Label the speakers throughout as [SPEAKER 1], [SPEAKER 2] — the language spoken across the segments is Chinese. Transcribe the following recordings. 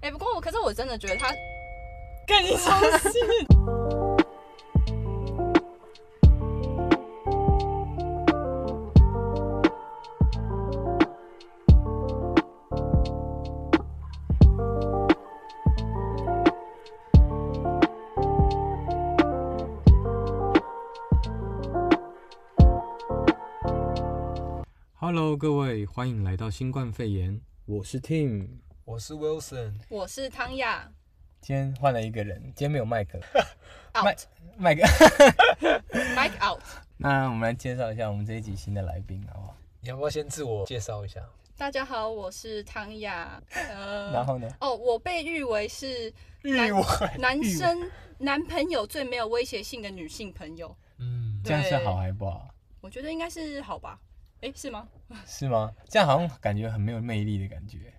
[SPEAKER 1] 哎、不过我可是我真的觉得他
[SPEAKER 2] 跟你说，
[SPEAKER 3] Hello，各位，欢迎来到新冠肺炎，我是 Tim。
[SPEAKER 4] 我是 Wilson，
[SPEAKER 1] 我是汤雅
[SPEAKER 5] 今天换了一个人，今天没有麦 克，麦
[SPEAKER 1] out
[SPEAKER 5] 麦克。
[SPEAKER 1] Mike out。
[SPEAKER 5] 那我们来介绍一下我们这一集新的来宾，好不好？
[SPEAKER 4] 你要不要先自我介绍一下？
[SPEAKER 1] 大家好，我是汤雅。呃，
[SPEAKER 5] 然后呢？
[SPEAKER 1] 哦，我被誉为是
[SPEAKER 4] 誉我，
[SPEAKER 1] 男生男朋友最没有威胁性的女性朋友，
[SPEAKER 4] 嗯，
[SPEAKER 5] 这样是好还不好？
[SPEAKER 1] 我觉得应该是好吧？哎、是吗？
[SPEAKER 5] 是吗？这样好像感觉很没有魅力的感觉。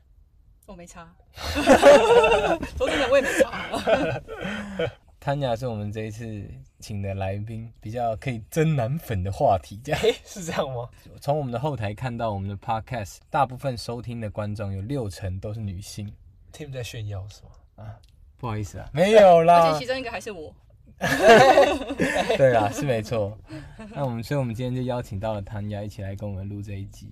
[SPEAKER 1] 我没差， 说真的我也没差。
[SPEAKER 5] 谭雅是我们这一次请的来宾，比较可以争男粉的话题。这样，
[SPEAKER 4] 哎， 是这样吗？
[SPEAKER 5] 从我们的后台看到，我们的 podcast 大部分收听的观众有六成都是女性
[SPEAKER 4] Tim 在炫耀是吗？
[SPEAKER 3] 不好意思啊，
[SPEAKER 5] 啊，没有
[SPEAKER 1] 而且
[SPEAKER 5] 啦
[SPEAKER 1] 其。中一个还是我。
[SPEAKER 5] 对啦，是没错。那我们，所以我们今天就邀请到了谭雅一起来跟我们录这一集。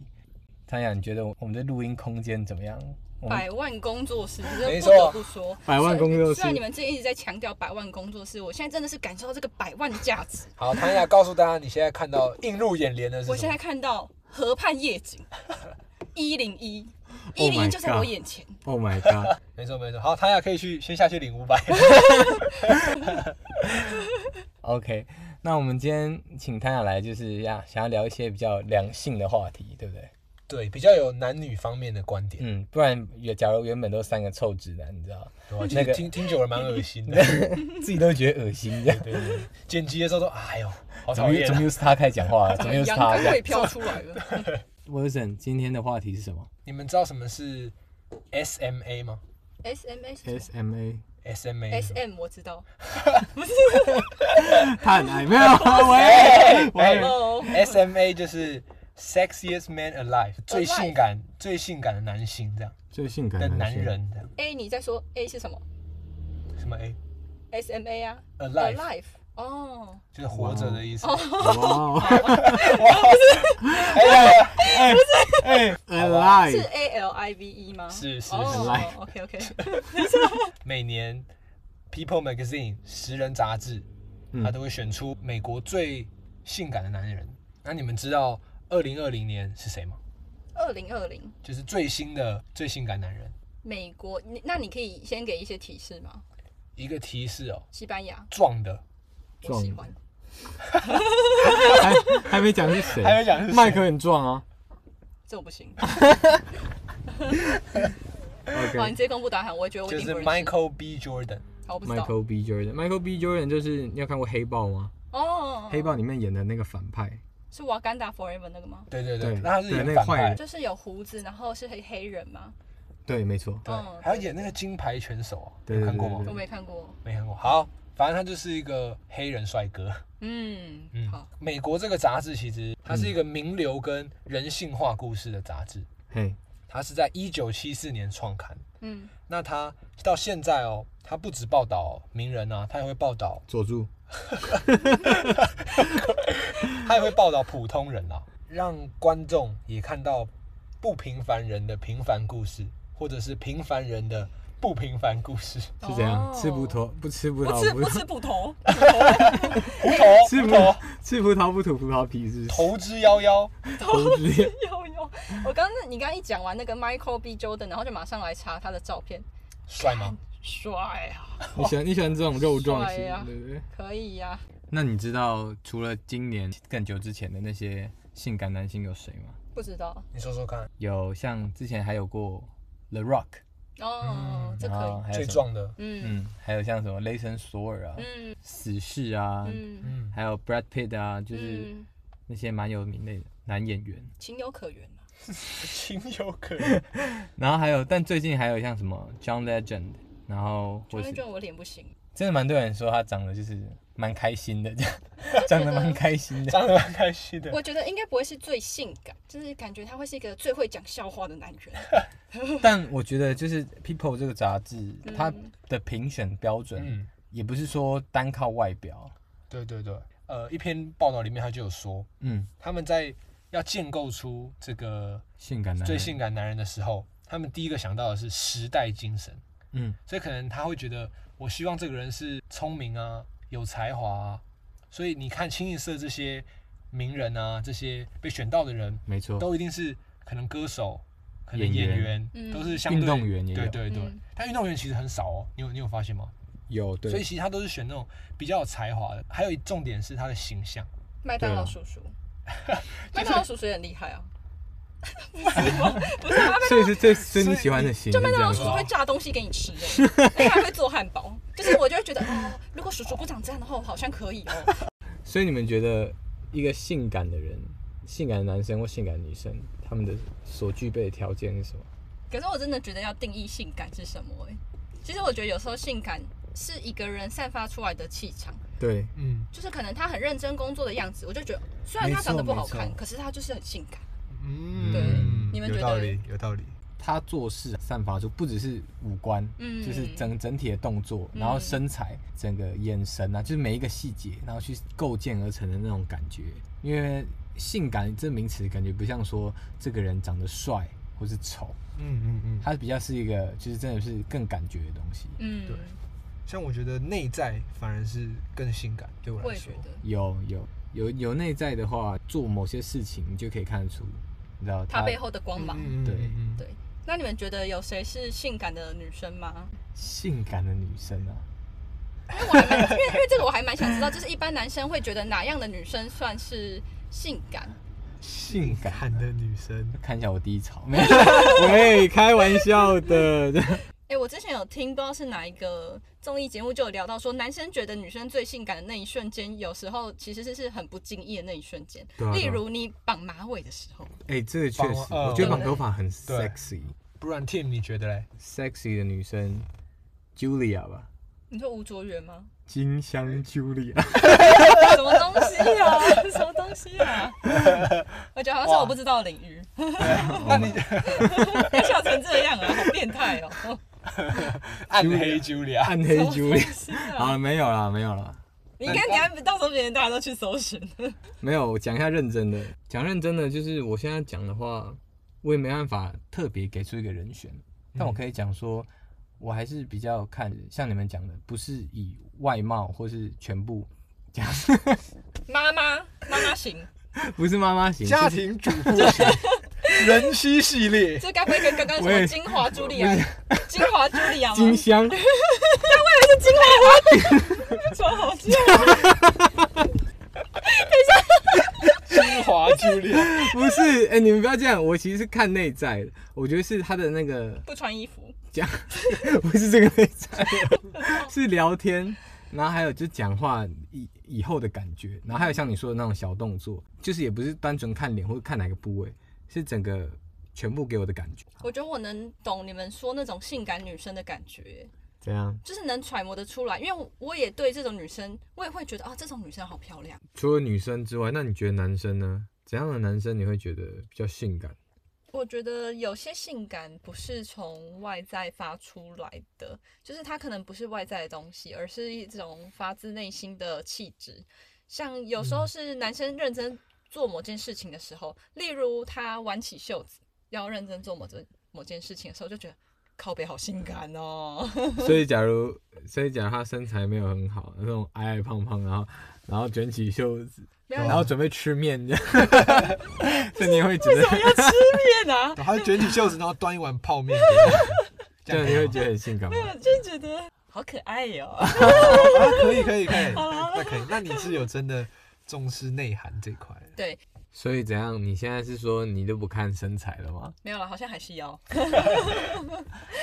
[SPEAKER 5] 谭雅，你觉得我们的录音空间怎么样？我们
[SPEAKER 1] 百万工作室，真的
[SPEAKER 4] 没
[SPEAKER 1] 不得
[SPEAKER 4] 错
[SPEAKER 1] 不说，
[SPEAKER 3] 百万工作室
[SPEAKER 1] 虽然你们之前一直在强调百万工作室，我现在真的是感受到这个百万的价值。
[SPEAKER 4] 好，唐雅告诉大家，你现在看到映入眼帘的是
[SPEAKER 1] 我
[SPEAKER 4] 什
[SPEAKER 1] 现
[SPEAKER 4] 么
[SPEAKER 1] 在？看到河畔夜 景，一零一，一
[SPEAKER 3] Oh my
[SPEAKER 1] 零一就在我
[SPEAKER 3] God
[SPEAKER 1] 眼前。
[SPEAKER 3] Oh my god！
[SPEAKER 4] 没错没错，好，唐雅可以去先下去领五百。
[SPEAKER 5] OK，那我们今天请谭雅来，就是要想要聊一些比较良性的话题，对不对？
[SPEAKER 4] 对，比较有男女方面的观点，
[SPEAKER 5] 嗯，不然也假如原本都三个臭直男，你知 道，
[SPEAKER 4] 对吧？其
[SPEAKER 5] 那
[SPEAKER 4] 实
[SPEAKER 5] 个
[SPEAKER 4] 听听久了蛮恶心的，
[SPEAKER 5] 自己都觉得恶心这样。
[SPEAKER 4] 对对对。剪辑的时候都哎呦，好
[SPEAKER 5] 怎
[SPEAKER 4] 讨
[SPEAKER 5] 么
[SPEAKER 4] 厌
[SPEAKER 5] 又怎么
[SPEAKER 4] 啊。
[SPEAKER 5] 又是他开始讲话 了？怎么又是
[SPEAKER 1] 阳
[SPEAKER 5] 他
[SPEAKER 1] 刚
[SPEAKER 5] 这
[SPEAKER 1] 味
[SPEAKER 5] 样？
[SPEAKER 1] 飘出来了，
[SPEAKER 3] Wilson，今天的话题是什么
[SPEAKER 4] 你们知道什么是 SMA 吗
[SPEAKER 1] S M S
[SPEAKER 3] ？SMA，
[SPEAKER 4] ？SMA 是
[SPEAKER 1] S
[SPEAKER 4] 什么
[SPEAKER 1] M 我知道
[SPEAKER 3] 探爱没有？喂，
[SPEAKER 4] 哎
[SPEAKER 3] 喂，
[SPEAKER 1] 哦，
[SPEAKER 4] ，SMA 就是 Sexiest Man Alive，最性感、最性感的男性这样
[SPEAKER 3] 最性感
[SPEAKER 4] 的男
[SPEAKER 3] 性，
[SPEAKER 4] 人这样。
[SPEAKER 1] A 你在说 A 是什么
[SPEAKER 4] 什么 A
[SPEAKER 1] ？S M A 啊
[SPEAKER 4] Alive？
[SPEAKER 1] 哦，
[SPEAKER 4] 就是活着的意思。
[SPEAKER 3] 哇
[SPEAKER 4] 啊
[SPEAKER 1] 是
[SPEAKER 3] ，Alive，
[SPEAKER 1] A L I V E 吗？
[SPEAKER 4] 是是
[SPEAKER 1] 哦
[SPEAKER 3] Alive
[SPEAKER 1] ，OK OK，
[SPEAKER 4] 每年 People Magazine 十人杂志，
[SPEAKER 3] 嗯
[SPEAKER 4] 它都会选出美国最性感的男人。那你们知道二零二零年是谁吗？
[SPEAKER 1] 二零二零
[SPEAKER 4] 就是最新的最性感男人。
[SPEAKER 1] 美国，你那你可以先给一些提示吗？
[SPEAKER 4] 一个提示哦，
[SPEAKER 1] 西班牙，
[SPEAKER 4] 壮的，
[SPEAKER 1] 我喜欢。
[SPEAKER 3] 还还没讲是谁？
[SPEAKER 4] 还有讲是谁
[SPEAKER 3] 麦克很壮啊。
[SPEAKER 1] 这我不行，哇！你
[SPEAKER 3] OK。
[SPEAKER 1] 直接公布答案，我也觉得我
[SPEAKER 4] 就
[SPEAKER 1] 一定
[SPEAKER 4] 是
[SPEAKER 1] 不认识。
[SPEAKER 4] Michael B. Jordan。
[SPEAKER 1] 好，我不知道。
[SPEAKER 3] Michael B. Jordan，Michael B. Jordan 就是你有看过《黑豹》吗？
[SPEAKER 1] 哦，
[SPEAKER 3] 《黑豹》里面演的那个反派，
[SPEAKER 1] 是瓦干达 Forever 那个吗？
[SPEAKER 4] 对对
[SPEAKER 3] 对
[SPEAKER 4] 那他是
[SPEAKER 3] 对那
[SPEAKER 4] 演
[SPEAKER 3] 个
[SPEAKER 4] 反
[SPEAKER 3] 坏
[SPEAKER 4] 派
[SPEAKER 3] 人，
[SPEAKER 1] 就是有胡子，然后是黑黑人吗？
[SPEAKER 3] 对，没错，
[SPEAKER 4] 对
[SPEAKER 1] 嗯，
[SPEAKER 4] 还有演那个金牌拳手哦，
[SPEAKER 3] 对
[SPEAKER 4] 有看过
[SPEAKER 3] 对
[SPEAKER 1] 我
[SPEAKER 4] 吗？
[SPEAKER 1] 没看过。
[SPEAKER 4] 没看过。好，反正他就是一个黑人帅哥。
[SPEAKER 1] 嗯，
[SPEAKER 4] 嗯
[SPEAKER 1] 好，，
[SPEAKER 4] 美国这个杂志其实它是一个名流跟人性化故事的杂志，
[SPEAKER 3] 嘿，
[SPEAKER 4] 它是在一九七四年创刊。
[SPEAKER 1] 嗯，
[SPEAKER 4] 那它到现在哦，它不止报道名人啊，它也会报道，
[SPEAKER 3] 佐助，
[SPEAKER 4] 它也会报道普通人啊，让观众也看到不平凡人的平凡故事，或者是平凡人的不平凡故事。
[SPEAKER 3] 是怎样？
[SPEAKER 1] 哦
[SPEAKER 3] 吃葡萄不吃葡
[SPEAKER 1] 不
[SPEAKER 3] 萄
[SPEAKER 1] 吃
[SPEAKER 3] 不
[SPEAKER 1] 不吃捕头，
[SPEAKER 4] 葡萄，
[SPEAKER 3] 吃
[SPEAKER 4] 葡
[SPEAKER 3] 葡
[SPEAKER 4] 萄，
[SPEAKER 3] 吃葡萄不吐葡萄皮是不是？
[SPEAKER 4] 投之夭夭。
[SPEAKER 3] 投资
[SPEAKER 1] 有有。我刚刚你刚刚一讲完那个 Michael B Jordan，然后就马上来查他的照片，
[SPEAKER 4] 帅吗？
[SPEAKER 1] 帅啊，
[SPEAKER 3] 你喜欢你喜欢这种肉壮型
[SPEAKER 1] 帅呀，
[SPEAKER 3] 对不对？
[SPEAKER 1] 可以啊呀、
[SPEAKER 5] 那你知道除了今年更久之前的那些性感男星有谁吗？
[SPEAKER 1] 不知道
[SPEAKER 4] 你说说看，
[SPEAKER 5] 有像之前还有过 The Rock，
[SPEAKER 1] 哦，
[SPEAKER 3] 嗯
[SPEAKER 1] 这可以，
[SPEAKER 5] 还有
[SPEAKER 4] 最
[SPEAKER 5] 什么，
[SPEAKER 4] 壮的，
[SPEAKER 1] 嗯
[SPEAKER 5] 嗯，还有像什么雷神索尔啊、
[SPEAKER 1] 嗯
[SPEAKER 5] 死侍啊，
[SPEAKER 1] 嗯
[SPEAKER 4] 嗯，
[SPEAKER 5] 还有 Brad Pitt 啊，就是
[SPEAKER 1] 嗯，
[SPEAKER 5] 那些蛮有名的男演员。
[SPEAKER 1] 情有可原啊
[SPEAKER 4] 情有可原。
[SPEAKER 5] 然后还有，但最近还有像什么 John Legend，然后
[SPEAKER 1] 就
[SPEAKER 5] 或
[SPEAKER 1] 那
[SPEAKER 5] 是
[SPEAKER 1] 觉得我脸不行，
[SPEAKER 5] 真的蛮多人说他长得就是蛮开心的，这 样讲的蛮开心的。
[SPEAKER 4] 讲的蛮开心的。
[SPEAKER 1] 我觉得应该不会是最性感，就是感觉他会是一个最会讲笑话的男 人。
[SPEAKER 5] 但我觉得就是 People 这个杂志，它
[SPEAKER 1] 嗯
[SPEAKER 5] 的评选标准
[SPEAKER 4] 嗯，
[SPEAKER 5] 也不是说单靠外表，
[SPEAKER 4] 对对对，呃，一篇报道里面他就有说，
[SPEAKER 5] 嗯，
[SPEAKER 4] 他们在要建构出这个
[SPEAKER 3] 性感男人
[SPEAKER 4] 最性感男人的时候，他们第一个想到的是时代精神，
[SPEAKER 5] 嗯，
[SPEAKER 4] 所以可能他会觉得，我希望这个人是聪明啊，有才华啊，所以你看清一色这些名人啊，这些被选到的人，
[SPEAKER 3] 没错，
[SPEAKER 4] 都一定是可能歌手，可能
[SPEAKER 3] 演
[SPEAKER 4] 演
[SPEAKER 3] 员
[SPEAKER 4] 员，
[SPEAKER 1] 嗯
[SPEAKER 4] 都是相对
[SPEAKER 3] 运动员也有
[SPEAKER 4] 对对对，
[SPEAKER 1] 嗯
[SPEAKER 4] 但运动员其实很少哦，你有你有发现吗？
[SPEAKER 5] 有
[SPEAKER 4] 所以
[SPEAKER 5] 对，
[SPEAKER 4] 其实他都是选那种比较有才华的，还有一重点是他的形象。
[SPEAKER 1] 麦当
[SPEAKER 3] 对啊
[SPEAKER 1] 劳叔 叔，麦当劳叔叔也很厉害啊。不是吗？不是啊，
[SPEAKER 3] 所以是最最你喜欢的型是
[SPEAKER 1] 就麦
[SPEAKER 3] 这
[SPEAKER 1] 当劳
[SPEAKER 3] 样
[SPEAKER 1] 叔
[SPEAKER 3] 子
[SPEAKER 1] 叔，会炸东西给你吃的，他还会做汉堡，就是我就会觉得哦，如果叔叔不长这样的话，我好像可以哦。
[SPEAKER 3] 所以你们觉得一个性感的人，性感的男生或性感的女生，他们的所具备的条件是什么？
[SPEAKER 1] 可是我真的觉得要定义性感是什么、欸？其实我觉得有时候性感是一个人散发出来的气场，
[SPEAKER 3] 对，
[SPEAKER 4] 嗯
[SPEAKER 1] 就是可能他很认真工作的样子，我就觉得虽然他长得不好看
[SPEAKER 5] 没错没，错
[SPEAKER 1] 可是他就是很性感。
[SPEAKER 4] 嗯
[SPEAKER 1] 对你们觉得嘞？
[SPEAKER 4] 有道理。
[SPEAKER 5] 他做事散发出不只是五官，
[SPEAKER 1] 嗯
[SPEAKER 5] 就是整整体的动作，然后身材、整个眼神啊，就是每一个细节，然后去构建而成的那种感觉。因为性感这名词感觉不像说这个人长得帅或是丑，
[SPEAKER 4] 嗯嗯嗯，
[SPEAKER 5] 它比较是一个就是真的是更感觉的东西。
[SPEAKER 1] 嗯，
[SPEAKER 4] 对像我觉得内在反而是更性感，对我
[SPEAKER 1] 我
[SPEAKER 4] 来
[SPEAKER 1] 也
[SPEAKER 4] 说
[SPEAKER 1] 觉。得
[SPEAKER 5] 有有有有内在的话，做某些事情你就可以看得出，你知道
[SPEAKER 1] 他
[SPEAKER 5] 他
[SPEAKER 1] 背后的光芒。
[SPEAKER 4] 嗯
[SPEAKER 5] 对
[SPEAKER 4] 嗯
[SPEAKER 1] 对，那你们觉得有谁是性感的女生吗？
[SPEAKER 5] 性感的女生啊，
[SPEAKER 1] 因为我还蛮，因为因为这个我还蛮想知道，就是一般男生会觉得哪样的女生算是性感？
[SPEAKER 5] 性感
[SPEAKER 4] 看的女生，
[SPEAKER 5] 看一下我低潮，没有， 喂，开玩笑的。
[SPEAKER 1] 哎、我之前有听，不知道是哪一个综艺节目，就有聊到说，男生觉得女生最性感的那一瞬间，有时候其实是是很不经意的那一瞬间，
[SPEAKER 3] 对啊对
[SPEAKER 1] 例
[SPEAKER 3] 啊
[SPEAKER 1] 如你绑马尾的时候，
[SPEAKER 3] 哎、这个确实，
[SPEAKER 4] 绑呃
[SPEAKER 3] 我觉得绑头发很
[SPEAKER 4] 对
[SPEAKER 3] sexy，sexy
[SPEAKER 4] 不然 Tim 你觉得嘞？
[SPEAKER 3] 的女生，Julia 吧，
[SPEAKER 1] 你说吴卓源吗？
[SPEAKER 3] 金香 Julia，
[SPEAKER 1] 什么东西啊？ 什么东西啊？我觉得好像是我不知道的领域，
[SPEAKER 4] 那你
[SPEAKER 1] 要笑成这样啊，好变态 哦！
[SPEAKER 4] 暗黑 Julia，
[SPEAKER 3] 暗黑
[SPEAKER 1] 什么东
[SPEAKER 3] Julia。
[SPEAKER 1] 西啊
[SPEAKER 3] 好了，没有啦，没有啦，
[SPEAKER 1] 你看，你还到时候别人大家都去搜寻，
[SPEAKER 3] 没有。我讲一下认真的，讲认真的，就是我现在讲的话，我也没办法特别给出一个人选，
[SPEAKER 5] 但我可以讲说，我还是比较看像你们讲的，不是以外貌或是全部这样，
[SPEAKER 1] 妈妈妈妈型，
[SPEAKER 3] 不是妈妈型，
[SPEAKER 4] 家
[SPEAKER 3] 就是
[SPEAKER 4] 庭主妇型人妻系列，
[SPEAKER 1] 这该不会跟刚刚什么
[SPEAKER 3] 喂
[SPEAKER 1] 精华茱莉亚、精华茱莉亚吗？
[SPEAKER 3] 金香。
[SPEAKER 1] 超好笑。
[SPEAKER 4] 精华 Julia，
[SPEAKER 3] 不是，哎、你们不要这样。我其实是看内在的，我觉得是他的那个
[SPEAKER 1] 不穿衣服，
[SPEAKER 3] 讲， 不是这个内在，是聊天，然后还有就讲话以以后的感觉，然后还有像你说的那种小动作，就是也不是单纯看脸或者看哪个部位，是整个全部给我的感觉。
[SPEAKER 1] 我觉得我能懂你们说那种性感女生的感觉，
[SPEAKER 3] 怎样？
[SPEAKER 1] 就是能揣摩得出来。因为我我也对这种女生，我也会觉得啊，这种女生好漂亮。
[SPEAKER 3] 除了女生之外，那你觉得男生呢？怎样的男生你会觉得比较性 感？
[SPEAKER 1] 我觉得有些性感不是从外在发出来的，就是它可能不是外在的东西，而是一种发自内心的气质。像有时候是男生认真做某件事情的时候，例如他挽起袖子要认真做某件某件事情的时候，就觉得靠背好性感哦。
[SPEAKER 3] 所以假如，所以假如他身材没有很好，那种矮矮胖胖，然后然后卷起袖子，
[SPEAKER 1] 没有
[SPEAKER 3] 然后准备吃面这样， 瞬间会觉得，
[SPEAKER 1] 面啊，
[SPEAKER 4] 然后卷起袖子，然后端一碗泡面给
[SPEAKER 3] 这
[SPEAKER 4] 我，
[SPEAKER 3] 样你会觉得很性感吗？
[SPEAKER 1] 就觉得好可爱哟、
[SPEAKER 4] 得啊，可以可以可 以，那可以，那你是有真的重视内涵这块。
[SPEAKER 1] 对，
[SPEAKER 3] 所以怎样？你现在是说你都不看身材了吗？
[SPEAKER 1] 没有了，好像还是要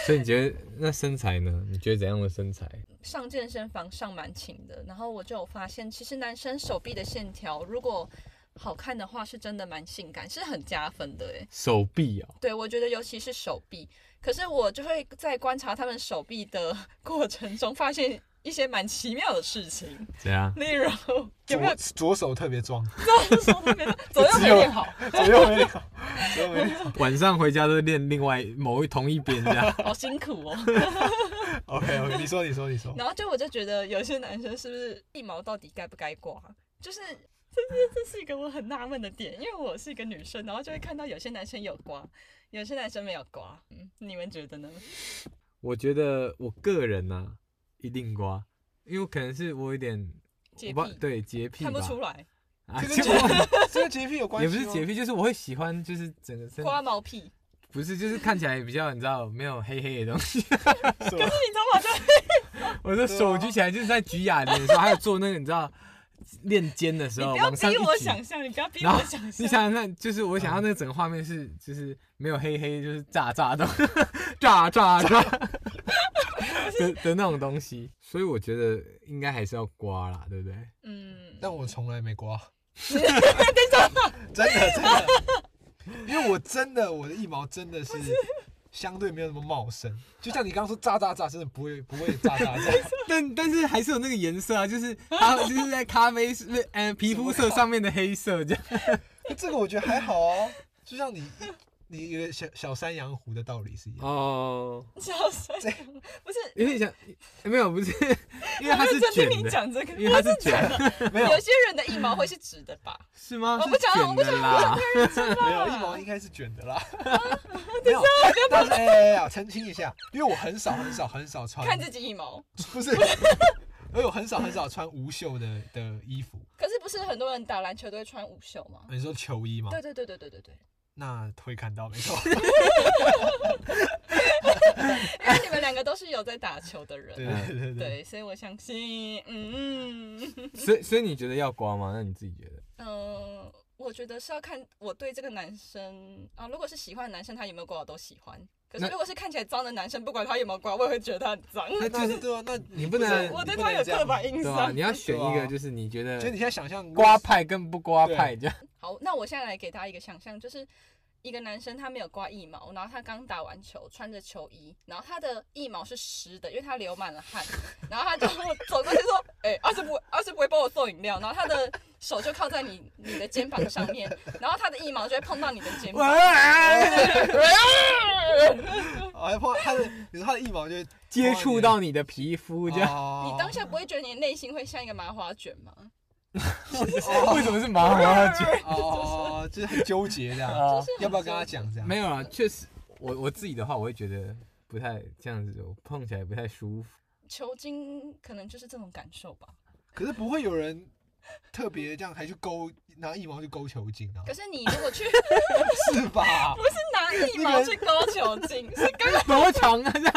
[SPEAKER 3] 所以你觉得那身材呢？你觉得怎样的身材？
[SPEAKER 1] 上健身房上蛮勤的，然后我就有发现，其实男生手臂的线条如果好看的话，是真的蛮性感，是很加分的诶。
[SPEAKER 3] 手臂哦，
[SPEAKER 1] 对，我觉得尤其是手臂，可是我就会在观察他们手臂的过程中，发现一些蛮奇妙的事情，
[SPEAKER 5] 怎样？
[SPEAKER 1] 例如有没有
[SPEAKER 4] 左左手特别装，
[SPEAKER 1] 左手特别左右没练好，
[SPEAKER 4] 左右没力，左右没力。
[SPEAKER 5] 晚上回家都练另外某一同一边这样，
[SPEAKER 1] 好辛苦哦。
[SPEAKER 4] OK OK，你说你说你说，
[SPEAKER 1] 然后就我就觉得有些男生是不是腋毛到底该不该刮，就是这这这是一个我很纳闷的点，因为我是一个女生，然后就会看到有些男生有刮，有些男生没有刮，嗯，你们觉得呢？
[SPEAKER 5] 我觉得我个人呢、一定刮，因为可能是我有点
[SPEAKER 1] 洁
[SPEAKER 5] 我
[SPEAKER 1] 癖
[SPEAKER 5] 不对洁癖吧，
[SPEAKER 1] 看不出来，
[SPEAKER 5] 啊，
[SPEAKER 4] 这跟
[SPEAKER 5] 结
[SPEAKER 4] 洁
[SPEAKER 5] 果
[SPEAKER 4] 这跟洁癖有 关
[SPEAKER 5] 也
[SPEAKER 4] 系
[SPEAKER 5] 不
[SPEAKER 4] 吗？
[SPEAKER 5] 是洁癖，就是我会喜欢，就是整个身
[SPEAKER 1] 刮毛屁，
[SPEAKER 5] 不是就是看起来比较你知道没有黑黑的 东西。
[SPEAKER 4] 是吧，
[SPEAKER 1] 你知道吗？就
[SPEAKER 5] 我的
[SPEAKER 1] 啊
[SPEAKER 5] 手举起来就是在举哑铃的时候，还有做那个你知道练肩的时
[SPEAKER 1] 你
[SPEAKER 5] 候
[SPEAKER 1] 不要
[SPEAKER 5] 往上一
[SPEAKER 1] 逼我
[SPEAKER 5] 举。
[SPEAKER 1] 想象，你不要逼
[SPEAKER 5] 然后
[SPEAKER 1] 我想
[SPEAKER 5] 你
[SPEAKER 1] 象。嗯
[SPEAKER 5] 想想看，就是我想要那个整个画面是，就是没有黑黑，就是炸炸的， 炸炸炸啊 的的那种东西，所以我觉得应该还是要刮啦，对不对？
[SPEAKER 1] 嗯，
[SPEAKER 4] 但我从来没 刮。真的真的，因为我真的我的腋毛真的是相对没有那么茂盛，就像你刚刚说炸炸炸，真的不会不会炸炸炸，
[SPEAKER 5] 但但是还是有那个颜色啊，就是它就是在咖啡色，不是呃皮肤色上面的黑色这样。
[SPEAKER 4] 这个我觉得还好哦，就像你你一个小小山羊胡的道理是一样。
[SPEAKER 5] 哦，
[SPEAKER 1] 小 声，不是，
[SPEAKER 5] 有点像，没有不是，因为它是
[SPEAKER 1] 我真
[SPEAKER 5] 卷
[SPEAKER 1] 听你
[SPEAKER 5] 的，
[SPEAKER 1] 讲这个，
[SPEAKER 5] 因为它是卷的。
[SPEAKER 4] 没有
[SPEAKER 1] 有些人的腋毛会是直的吧？
[SPEAKER 5] 是吗？
[SPEAKER 1] 我
[SPEAKER 5] 是
[SPEAKER 1] 不讲了
[SPEAKER 5] 卷
[SPEAKER 1] 我不
[SPEAKER 5] 的啦。
[SPEAKER 4] 没有，腋毛应该是啊卷的啦。没有，但是哎哎哎，澄清一下，因为我很少很少很少穿
[SPEAKER 1] 看，自己腋毛，
[SPEAKER 4] 不 是，我有很少很少穿无袖的的衣服。
[SPEAKER 1] 可是不是很多人打篮球都会穿无袖吗？
[SPEAKER 4] 你说球衣吗？
[SPEAKER 1] 对对对对对对对，
[SPEAKER 4] 那会看到 没错。
[SPEAKER 1] 因为你们两个都是有在打球的人，
[SPEAKER 4] 对对对对。
[SPEAKER 1] 对，所以我相信，嗯嗯
[SPEAKER 5] 所以所以你觉得要刮吗？那你自己觉得？
[SPEAKER 1] 嗯，我觉得是要看我对这个男生啊，如果是喜欢的男生，他有没有刮我都喜欢。可是
[SPEAKER 5] 那
[SPEAKER 1] 如果是看起来脏的男生，不管他有没有刮，我也会觉得他很脏。
[SPEAKER 4] 那就是对啊，那
[SPEAKER 5] 你
[SPEAKER 4] 你
[SPEAKER 5] 不能
[SPEAKER 1] 我对他有刻板印
[SPEAKER 5] 对啊，
[SPEAKER 1] 象
[SPEAKER 5] 你。要选一
[SPEAKER 4] 对
[SPEAKER 5] 个，
[SPEAKER 4] 啊
[SPEAKER 5] 就是你觉得
[SPEAKER 4] 所以你现在想象
[SPEAKER 5] 刮派跟不刮派这样。
[SPEAKER 1] 好，那我现在来给大家一个想象，就是一个男生他没有刮腋毛，然后他刚打完球，穿着球衣，然后他的腋毛是湿的，因为他流满了汗，然后他就走过去说：“哎、阿志不，阿志不会帮我送饮料。”然后他的手就靠在你你的肩膀上面，然后他的腋毛就会碰到你的肩膀。
[SPEAKER 5] 哎
[SPEAKER 4] 啊，要碰到他的，你说他的腋毛就会
[SPEAKER 5] 接触到你的皮肤这样，
[SPEAKER 4] 哦
[SPEAKER 1] 你当下不会觉得你的内心会像一个麻花卷吗？
[SPEAKER 5] 为什么是麻花卷？
[SPEAKER 4] 哦，就是很纠结这样，
[SPEAKER 1] 哦
[SPEAKER 5] 啊
[SPEAKER 4] 哦要不要跟他讲这样？
[SPEAKER 5] 没有啊，确实，我我自己的话，我会觉得不太这样子，我碰起来不太舒服。
[SPEAKER 1] 球精可能就是这种感受吧。
[SPEAKER 4] 可是不会有人特别这样还去勾拿腋毛去勾球精啊
[SPEAKER 1] 可，是你如果去
[SPEAKER 4] 是吧？
[SPEAKER 1] 拿腋毛去勾球精，是刚
[SPEAKER 5] 多长啊这样，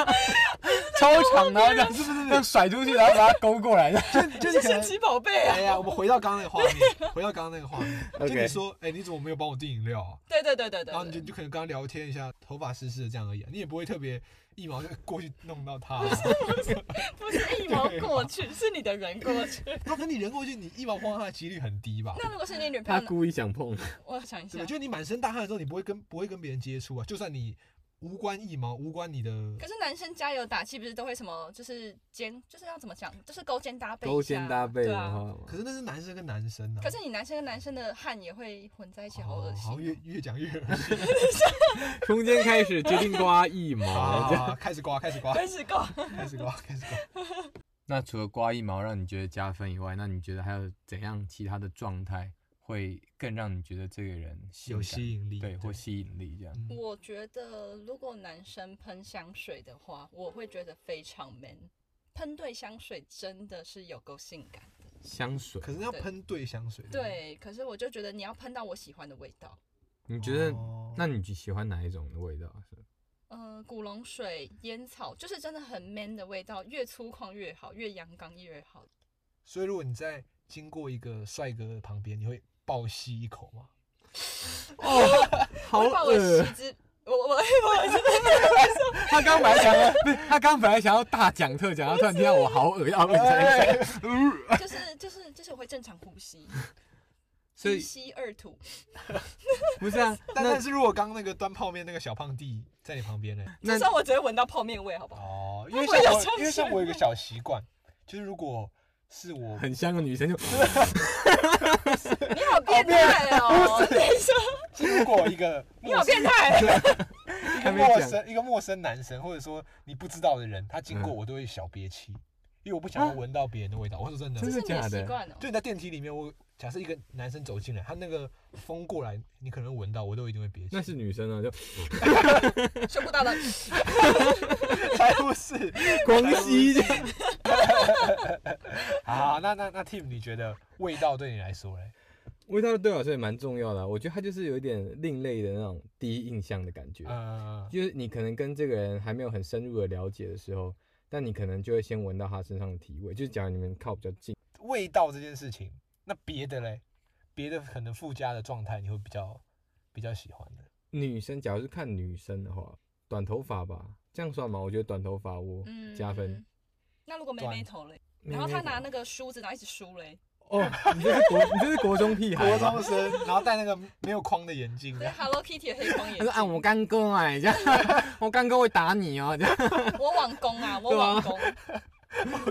[SPEAKER 5] 超长，然后这样是不是这样甩出去，然后把它勾过来的？
[SPEAKER 4] 就是可
[SPEAKER 1] 神
[SPEAKER 4] 能。
[SPEAKER 1] 奇宝贝啊！
[SPEAKER 4] 哎呀，我们回到刚刚那个画面，回到刚刚那个画面，就
[SPEAKER 5] OK
[SPEAKER 4] 你说，哎，你怎么没有帮我订饮料啊？
[SPEAKER 1] 对对对对对对。
[SPEAKER 4] 然后你就就可能跟他聊天一下，头发湿湿的这样而已啊，你也不会特别腋毛就过去弄到他啊。
[SPEAKER 1] 不是一毛过去，是你的人过去。
[SPEAKER 4] 那可你人过去，你腋毛碰到他的几率很低吧？
[SPEAKER 1] 那如果是你女朋
[SPEAKER 5] 他
[SPEAKER 1] 友呢，
[SPEAKER 5] 故意想碰，
[SPEAKER 1] 我想一下
[SPEAKER 4] 对，，就是你满身大汗的时候，你不会跟不会跟别人接触啊，就算你无关腋毛，无关你的，
[SPEAKER 1] 可是男生加油打气不是都会什么，就是肩，就是要怎么讲，就是勾肩搭背一下，
[SPEAKER 5] 勾肩搭背
[SPEAKER 1] 对
[SPEAKER 5] 的
[SPEAKER 1] 啊。
[SPEAKER 5] 话，
[SPEAKER 4] 可是那是男生跟男生啊。
[SPEAKER 1] 可是你男生跟男生的汗也会混在一起，好恶
[SPEAKER 4] 哦
[SPEAKER 1] 心
[SPEAKER 4] 好
[SPEAKER 1] 哦。
[SPEAKER 4] 像越越讲越恶心
[SPEAKER 5] 中间开始决定刮腋毛这 样。
[SPEAKER 4] 啊！开始刮，开始刮，
[SPEAKER 1] 开始搞，
[SPEAKER 4] 开始刮，开始 刮。
[SPEAKER 5] 那除了刮腋毛让你觉得加分以外，那你觉得还有怎样其他的状态会更让你觉得这个人性
[SPEAKER 4] 有
[SPEAKER 5] 感
[SPEAKER 4] 吸引力
[SPEAKER 5] 对，
[SPEAKER 4] 对
[SPEAKER 5] 或吸引力这样？
[SPEAKER 4] 嗯
[SPEAKER 1] 我觉得如果男生喷香水的话，我会觉得非常 man。喷对香水真的是有够性感的，
[SPEAKER 5] 香水，
[SPEAKER 4] 可是要
[SPEAKER 1] 对
[SPEAKER 4] 喷对香水。，
[SPEAKER 1] 对。可是我就觉得你要喷到我喜欢的味道，
[SPEAKER 5] 你觉得？
[SPEAKER 4] 哦
[SPEAKER 5] 那你喜欢哪一种的味道？
[SPEAKER 1] 呃，古龙水、烟草，就是真的很 man 的味道，越粗犷越好，越阳刚越好。
[SPEAKER 4] 所以如果你在经过一个帅哥旁边，你会暴吸一口吗？
[SPEAKER 5] 好
[SPEAKER 1] 我会把我的席子，我我我
[SPEAKER 5] 他刚本来想要，不是他刚本来想要大讲特讲，他突然听到我好恶心啊！才
[SPEAKER 4] 哎
[SPEAKER 1] 就是就是就是我会正常呼吸，
[SPEAKER 5] 所
[SPEAKER 1] 一
[SPEAKER 5] 以
[SPEAKER 1] 吸二吐，
[SPEAKER 5] 不是啊，
[SPEAKER 4] 但
[SPEAKER 5] 那
[SPEAKER 4] 但是如果刚刚那个端泡面那个小胖弟在你旁边呢？
[SPEAKER 1] 至
[SPEAKER 5] 那
[SPEAKER 1] 少我只会闻到泡面味好不好？
[SPEAKER 4] 哦，因为
[SPEAKER 1] 不会
[SPEAKER 4] 像
[SPEAKER 1] 有
[SPEAKER 4] 我，
[SPEAKER 1] 香
[SPEAKER 4] 因为像
[SPEAKER 1] 水
[SPEAKER 4] 我有一个小习惯，就是如果是我
[SPEAKER 5] 很像个女生就
[SPEAKER 1] 你好变态哦！等一下，
[SPEAKER 4] 如果一个
[SPEAKER 1] 你
[SPEAKER 4] 陌
[SPEAKER 1] 好
[SPEAKER 4] 生
[SPEAKER 1] 变态，
[SPEAKER 4] 一个
[SPEAKER 5] 没
[SPEAKER 4] 陌
[SPEAKER 5] 讲
[SPEAKER 4] 生一个陌生男生，或者说你不知道的人，他经过我都会小憋气，因为我不想要闻到别人的味道。我说真的，
[SPEAKER 5] 啊真
[SPEAKER 1] 是
[SPEAKER 5] 的
[SPEAKER 1] 你的
[SPEAKER 5] 假
[SPEAKER 1] 习
[SPEAKER 5] 的？
[SPEAKER 1] 惯哦。
[SPEAKER 4] 就你在电梯里面，我假设一个男生走进来，他那个风过来，你可能闻到，我都一定会憋气。
[SPEAKER 5] 那是女生 啊，就
[SPEAKER 1] 胸部大 的，
[SPEAKER 4] 才 不是
[SPEAKER 5] 光吸这样。
[SPEAKER 4] 啊！那那那 Tim，你觉得味道对你来说嘞？
[SPEAKER 5] 味道对我来说也蛮重要的啊、我觉得它就是有一点另类的那种第一印象的感觉。
[SPEAKER 4] 呃，
[SPEAKER 5] 就是你可能跟这个人还没有很深入的了解的时候，但你可能就会先闻到他身上的体味。就是假如你们靠比较近，
[SPEAKER 4] 味道这件事情，那别的嘞，别的可能附加的状态，你会比较比较喜欢的。
[SPEAKER 5] 女生假如是看女生的话，短头发吧，这样算吗？我觉得短头发我
[SPEAKER 1] 嗯，
[SPEAKER 5] 加分。。
[SPEAKER 1] 那如果没眉头嘞，然后他拿那个梳子，然后一直梳嘞，
[SPEAKER 5] 哦，你这是国你这是国中屁孩
[SPEAKER 4] 国
[SPEAKER 5] 吗？
[SPEAKER 4] 中生，然后戴那个没有框的眼镜，这
[SPEAKER 1] 对
[SPEAKER 4] 样
[SPEAKER 1] Hello Kitty 的黑框眼
[SPEAKER 5] 他说啊，
[SPEAKER 1] 镜，
[SPEAKER 5] 我干哥哎，这样
[SPEAKER 1] 嗯
[SPEAKER 5] 我干哥会打你哦，这样
[SPEAKER 1] 我网工啊，我网 工，